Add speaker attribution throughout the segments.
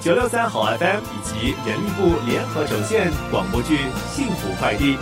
Speaker 1: 九六三好 FM 以及人力部联合呈现广播剧《幸福快递》。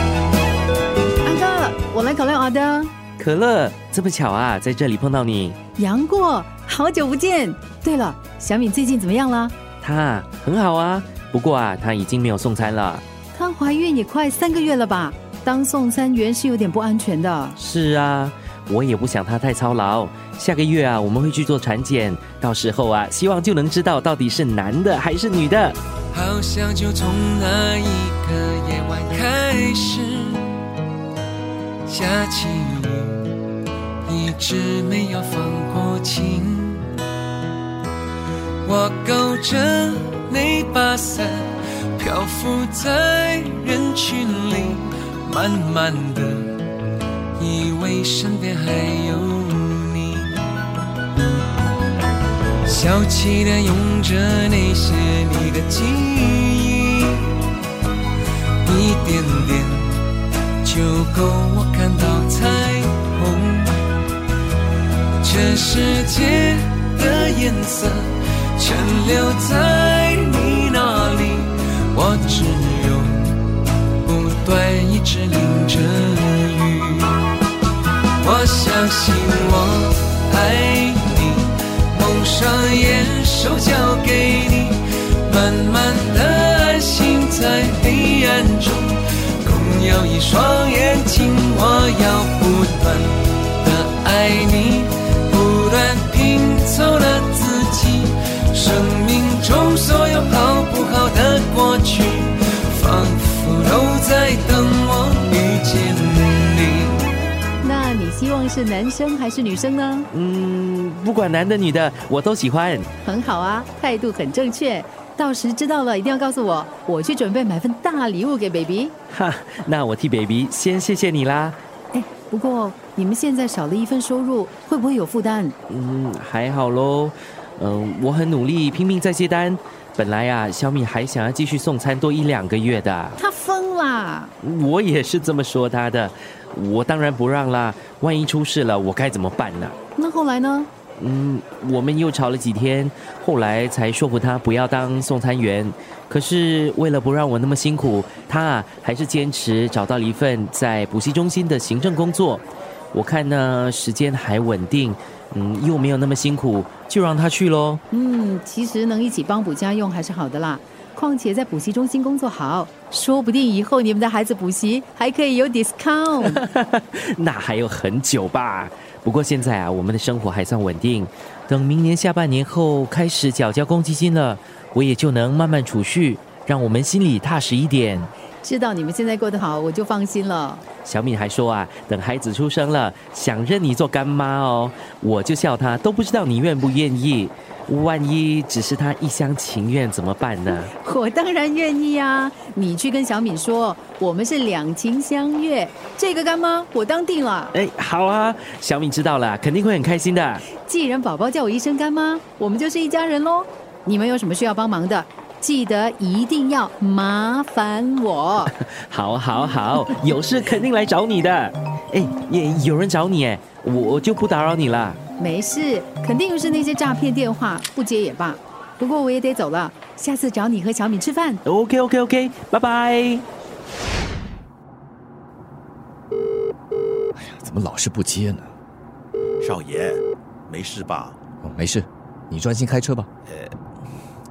Speaker 2: 安哥，我来考量阿登。
Speaker 3: 可乐，这么巧啊，在这里碰到你，
Speaker 2: 杨过，好久不见。对了，小敏最近怎么样啦？
Speaker 3: 她啊很好啊。不过啊，她已经没有送餐了。
Speaker 2: 她怀孕也快三个月了吧？当送餐员是有点不安全的。
Speaker 3: 是啊，我也不想她太操劳。下个月啊，我们会去做产检，到时候啊，希望就能知道到底是男的还是女的。
Speaker 4: 好像就从那一个夜晚开始，下起雨，一直没有放过晴。我勾着那把伞，漂浮在人群里，慢慢的，以为身边还有你。小气的用着那些你的记忆，一点点就够我看到彩虹。这世界的颜色全留在你那里，我只有不断一直淋着雨。我相信我爱你，蒙上眼，手交给你，慢慢的安心在黑暗中，共有一双眼睛，我要不断的爱你，不断拼凑了自己，生命中所有好不好的过去，仿佛都在等我遇见你。
Speaker 2: 那你希望是男生还是女生呢？
Speaker 3: 嗯，不管男的女的，我都喜欢。
Speaker 2: 很好啊，态度很正确。到时知道了一定要告诉我，我去准备买份大礼物给 baby。
Speaker 3: 哈，那我替 baby 先谢谢你啦。
Speaker 2: 哎，不过你们现在少了一份收入，会不会有负担？
Speaker 3: 嗯，还好喽。嗯、我很努力，拼命在接单。本来啊，小米还想要继续送餐多一两个月的，
Speaker 2: 他疯啦！
Speaker 3: 我也是这么说他的。我当然不让啦，万一出事了，我该怎么办呢？
Speaker 2: 那后来呢？
Speaker 3: 嗯，我们又吵了几天，后来才说服他不要当送餐员。可是为了不让我那么辛苦，他啊还是坚持找到了一份在补习中心的行政工作。我看呢，时间还稳定，嗯，又没有那么辛苦，就让他去喽。
Speaker 2: 嗯，其实能一起帮补家用还是好的啦。况且在补习中心工作好，说不定以后你们的孩子补习还可以有 discount。
Speaker 3: 那还有很久吧。不过现在啊，我们的生活还算稳定，等明年下半年后开始缴交公积金了，我也就能慢慢储蓄，让我们心里踏实一点。
Speaker 2: 知道你们现在过得好，我就放心了。
Speaker 3: 小敏还说啊，等孩子出生了，想认你做干妈哦。我就笑她都不知道你愿不愿意，万一只是她一厢情愿怎么办呢？
Speaker 2: 我当然愿意啊！你去跟小敏说，我们是两情相悦，这个干妈我当定了。
Speaker 3: 哎，好啊，小敏知道了，肯定会很开心的。
Speaker 2: 既然宝宝叫我一声干妈，我们就是一家人喽。你们有什么需要帮忙的，记得一定要麻烦我。
Speaker 3: 好，好，好，有事肯定来找你的。哎，也有人找你哎，我我就不打扰你了。
Speaker 2: 没事，肯定是那些诈骗电话，不接也罢。不过我也得走了，下次找你和小敏吃饭。
Speaker 3: OK OK OK，拜拜。
Speaker 5: 怎么老是不接呢？
Speaker 6: 少爷，没事吧？
Speaker 5: 哦，没事，你专心开车吧。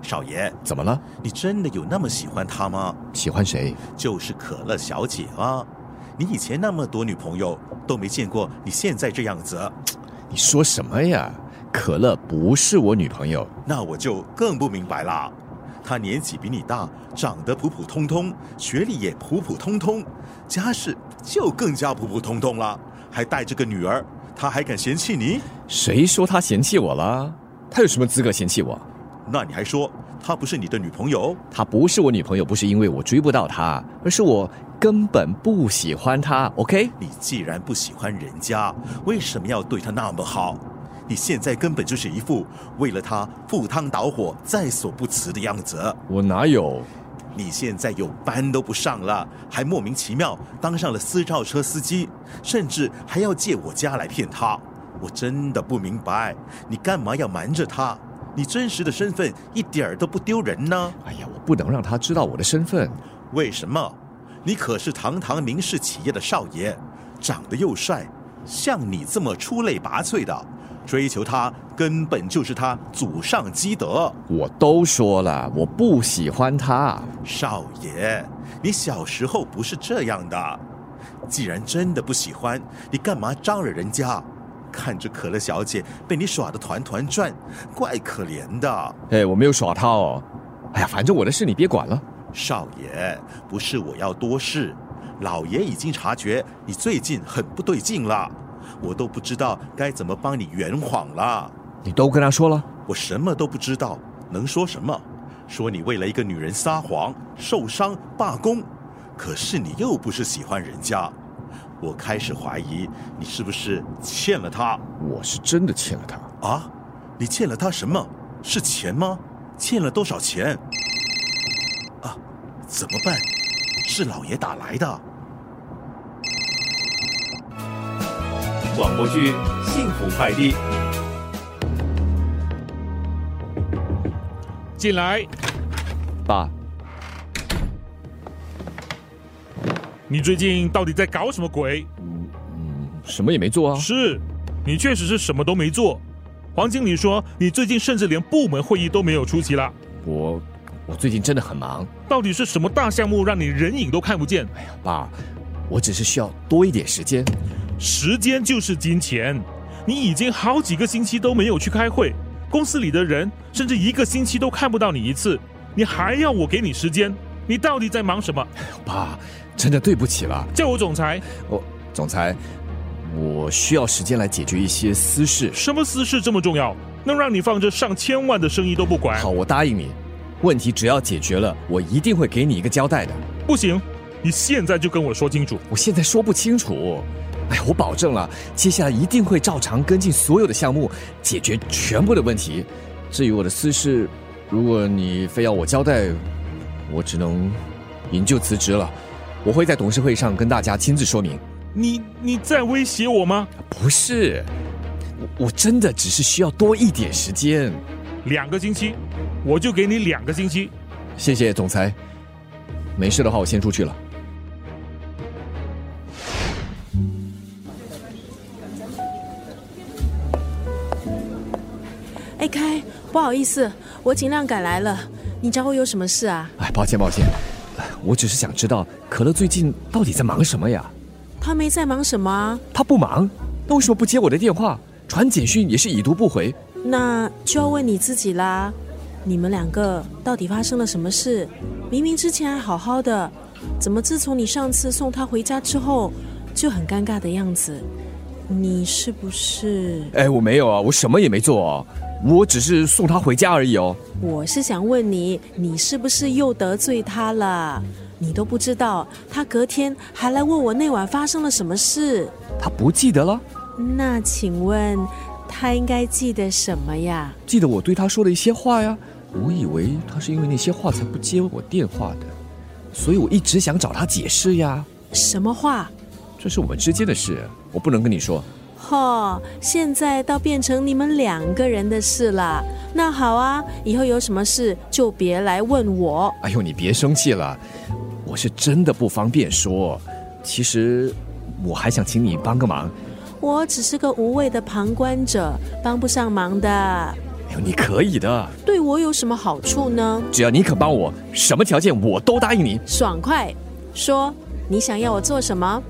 Speaker 6: 少爷，
Speaker 5: 怎么了？
Speaker 6: 你真的有那么喜欢她吗？
Speaker 5: 喜欢谁？
Speaker 6: 就是可乐小姐啊！你以前那么多女朋友都没见过你现在这样子，
Speaker 5: 你说什么呀？可乐不是我女朋友，
Speaker 6: 那我就更不明白啦。她年纪比你大，长得普普通通，学历也普普通通，家世就更加普普通通了，还带着个女儿，她还敢嫌弃你？
Speaker 5: 谁说她嫌弃我了？她有什么资格嫌弃我？
Speaker 6: 那你还说她不是你的女朋友？
Speaker 5: 她不是我女朋友，不是因为我追不到她，而是我根本不喜欢她。OK？
Speaker 6: 你既然不喜欢人家，为什么要对他那么好？你现在根本就是一副为了他赴汤蹈火、在所不辞的样子。
Speaker 5: 我哪有？
Speaker 6: 你现在有班都不上了，还莫名其妙当上了私照车司机，甚至还要借我家来骗他。我真的不明白，你干嘛要瞒着他？你真实的身份一点儿都不丢人呢。
Speaker 5: 哎呀，我不能让他知道我的身份。
Speaker 6: 为什么？你可是堂堂名士企业的少爷，长得又帅，像你这么出类拔萃的，追求他根本就是他祖上积德。
Speaker 5: 我都说了，我不喜欢他。
Speaker 6: 少爷，你小时候不是这样的。既然真的不喜欢，你干嘛招惹人家？看着可乐小姐被你耍得团团转，怪可怜的。
Speaker 5: 哎，我没有耍他哦。哎呀，反正我的事你别管了。
Speaker 6: 少爷，不是我要多事，老爷已经察觉你最近很不对劲了，我都不知道该怎么帮你圆谎了。
Speaker 5: 你都跟他说了，
Speaker 6: 我什么都不知道，能说什么？说你为了一个女人撒谎、受伤、罢工，可是你又不是喜欢人家，我开始怀疑你是不是欠了她
Speaker 5: 我是真的欠了他。
Speaker 6: 啊？你欠了她什么？是钱吗？欠了多少钱？啊，怎么办？是老爷打来的。
Speaker 1: 广播剧《幸福快递》。
Speaker 7: 进来，
Speaker 5: 爸，
Speaker 7: 你最近到底在搞什么鬼？
Speaker 5: 什么也没做啊。
Speaker 7: 是，你确实是什么都没做。黄经理说，你最近甚至连部门会议都没有出席啦。
Speaker 5: 我，我最近真的很忙。
Speaker 7: 到底是什么大项目让你人影都看不见？
Speaker 5: 爸，我只是需要多一点时间。
Speaker 7: 时间就是金钱，你已经好几个星期都没有去开会，公司里的人甚至一个星期都看不到你一次，你还要我给你时间？你到底在忙什么？
Speaker 5: 爸，真的对不起了。
Speaker 7: 叫我总裁？
Speaker 5: 我总裁，我需要时间来解决一些私事。
Speaker 7: 什么私事这么重要，能让你放着上千万的生意都不管？
Speaker 5: 好，我答应你，问题只要解决了，我一定会给你一个交代的。
Speaker 7: 不行，你现在就跟我说清楚。
Speaker 5: 我现在说不清楚。哎，我保证了，接下来一定会照常跟进所有的项目，解决全部的问题。至于我的私事，如果你非要我交代，我只能引咎辞职了。我会在董事会上跟大家亲自说明。
Speaker 7: 你你在威胁我吗？
Speaker 5: 不是，我我真的只是需要多一点时间。
Speaker 7: 两个星期，我就给你两个星期。
Speaker 5: 谢谢总裁。没事的话，我先出去了。
Speaker 8: 哎，开，不好意思，我尽量赶来了。你找我有什么事啊？
Speaker 5: 哎，抱歉抱歉，我只是想知道可乐最近到底在忙什么呀？
Speaker 8: 他没在忙什么啊，
Speaker 5: 他不忙，那为什么不接我的电话？传简讯也是已读不回。
Speaker 8: 那就要问你自己啦。你们两个到底发生了什么事？明明之前还好好的，怎么自从你上次送他回家之后就很尴尬的样子？你是不是？
Speaker 5: 哎，我没有啊，我什么也没做哦，我只是送他回家而已哦。
Speaker 8: 我是想问你，你是不是又得罪他了？你都不知道，他隔天还来问我那晚发生了什么事。
Speaker 5: 他不记得了，
Speaker 8: 那请问他应该记得什么呀？
Speaker 5: 记得我对他说的一些话呀。我以为他是因为那些话才不接我电话的，所以我一直想找他解释呀。
Speaker 8: 什么话？
Speaker 5: 这是我们之间的事，我不能跟你说。
Speaker 8: 嚯、现在倒变成你们两个人的事了。那好啊，以后有什么事就别来问我。
Speaker 5: 哎呦，你别生气了，我是真的不方便说。其实我还想请你帮个忙。
Speaker 8: 我只是个无谓的旁观者，帮不上忙的。
Speaker 5: 哎呦，你可以的，
Speaker 8: 对我有什么好处呢？
Speaker 5: 只要你肯帮我，什么条件我都答应你。
Speaker 8: 爽快，说你想要我做什么？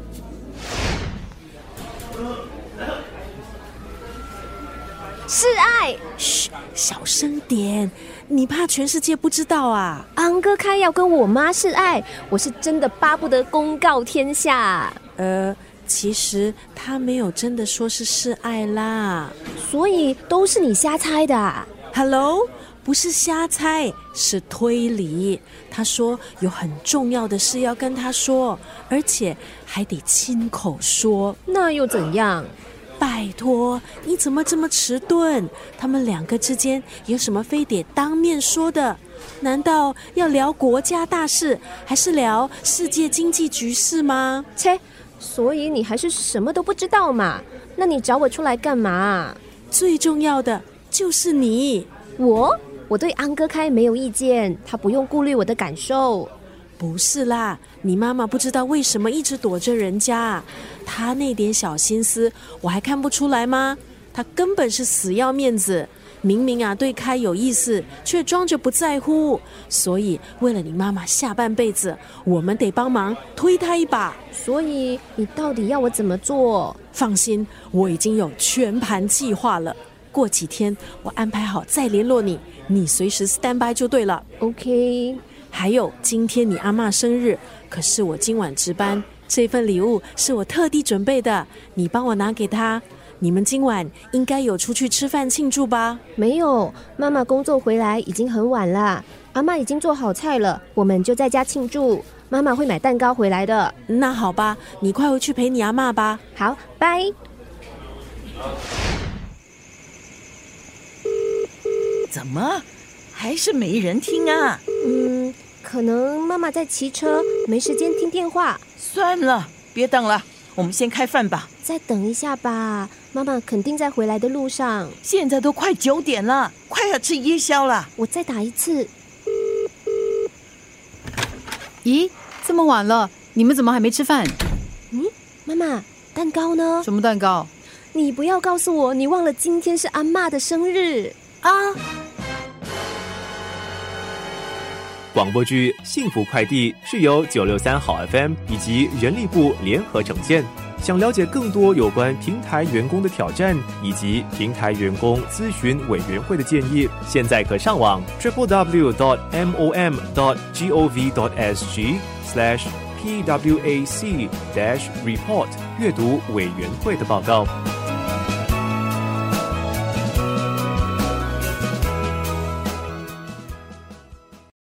Speaker 9: 示爱。
Speaker 8: 嘘，小声点，你怕全世界不知道啊？
Speaker 9: 昂哥开要跟我妈示爱，我是真的巴不得公告天下，
Speaker 8: 呃，其实他没有真的说是示爱啦。
Speaker 9: 所以都是你瞎猜的、啊。
Speaker 8: Hello，不是瞎猜，是推理。他说有很重要的事要跟他说，而且还得亲口说。
Speaker 9: 那又怎样？
Speaker 8: 拜托，你怎么这么迟钝？他们两个之间有什么非得当面说的？难道要聊国家大事，还是聊世界经济局势吗？
Speaker 9: 切，所以你还是什么都不知道嘛？那你找我出来干嘛啊？
Speaker 8: 最重要的就是你，
Speaker 9: 我我对安哥开没有意见，他不用顾虑我的感受。
Speaker 8: 不是啦，你妈妈不知道为什么一直躲着人家，她那点小心思我还看不出来吗？她根本是死要面子，明明啊对开有意思，却装着不在乎。所以为了你妈妈下半辈子，我们得帮忙推她一把。
Speaker 9: 所以你到底要我怎么做？
Speaker 8: 放心，我已经有全盘计划了。过几天我安排好再联络你，你随时 stand by 就对了。
Speaker 9: OK，
Speaker 8: 还有，今天你阿嬷生日，可是我今晚值班，这份礼物是我特地准备的，你帮我拿给她。你们今晚应该有出去吃饭庆祝吧？
Speaker 9: 没有，妈妈工作回来已经很晚啦，阿妈已经做好菜了，我们就在家庆祝。妈妈会买蛋糕回来的。
Speaker 8: 那好吧，你快回去陪你阿嬷吧。
Speaker 9: 好，拜。
Speaker 4: 怎么还是没人听啊？
Speaker 9: 嗯，可能妈妈在骑车，没时间听电话，
Speaker 4: 算了，别等了，我们先开饭吧。
Speaker 9: 再等一下吧。妈妈肯定在回来的路上。
Speaker 4: 现在都快九点了，快要吃夜宵了。
Speaker 9: 我再打一次，
Speaker 2: 咦，这么晚了，你们怎么还没吃饭？
Speaker 9: 妈妈，蛋糕呢？
Speaker 2: 什么蛋糕？
Speaker 9: 你不要告诉我你忘了今天是阿嬷的生日。
Speaker 4: 啊，
Speaker 6: 广播剧《幸福快递》是由九六三好 FM 以及人力部联合呈现。想了解更多有关平台员工的挑战以及平台员工咨询委员会的建议，现在可上网 triple w dot m o m dot g o v dot s g slash p w a c dash report 阅读委员会的报告。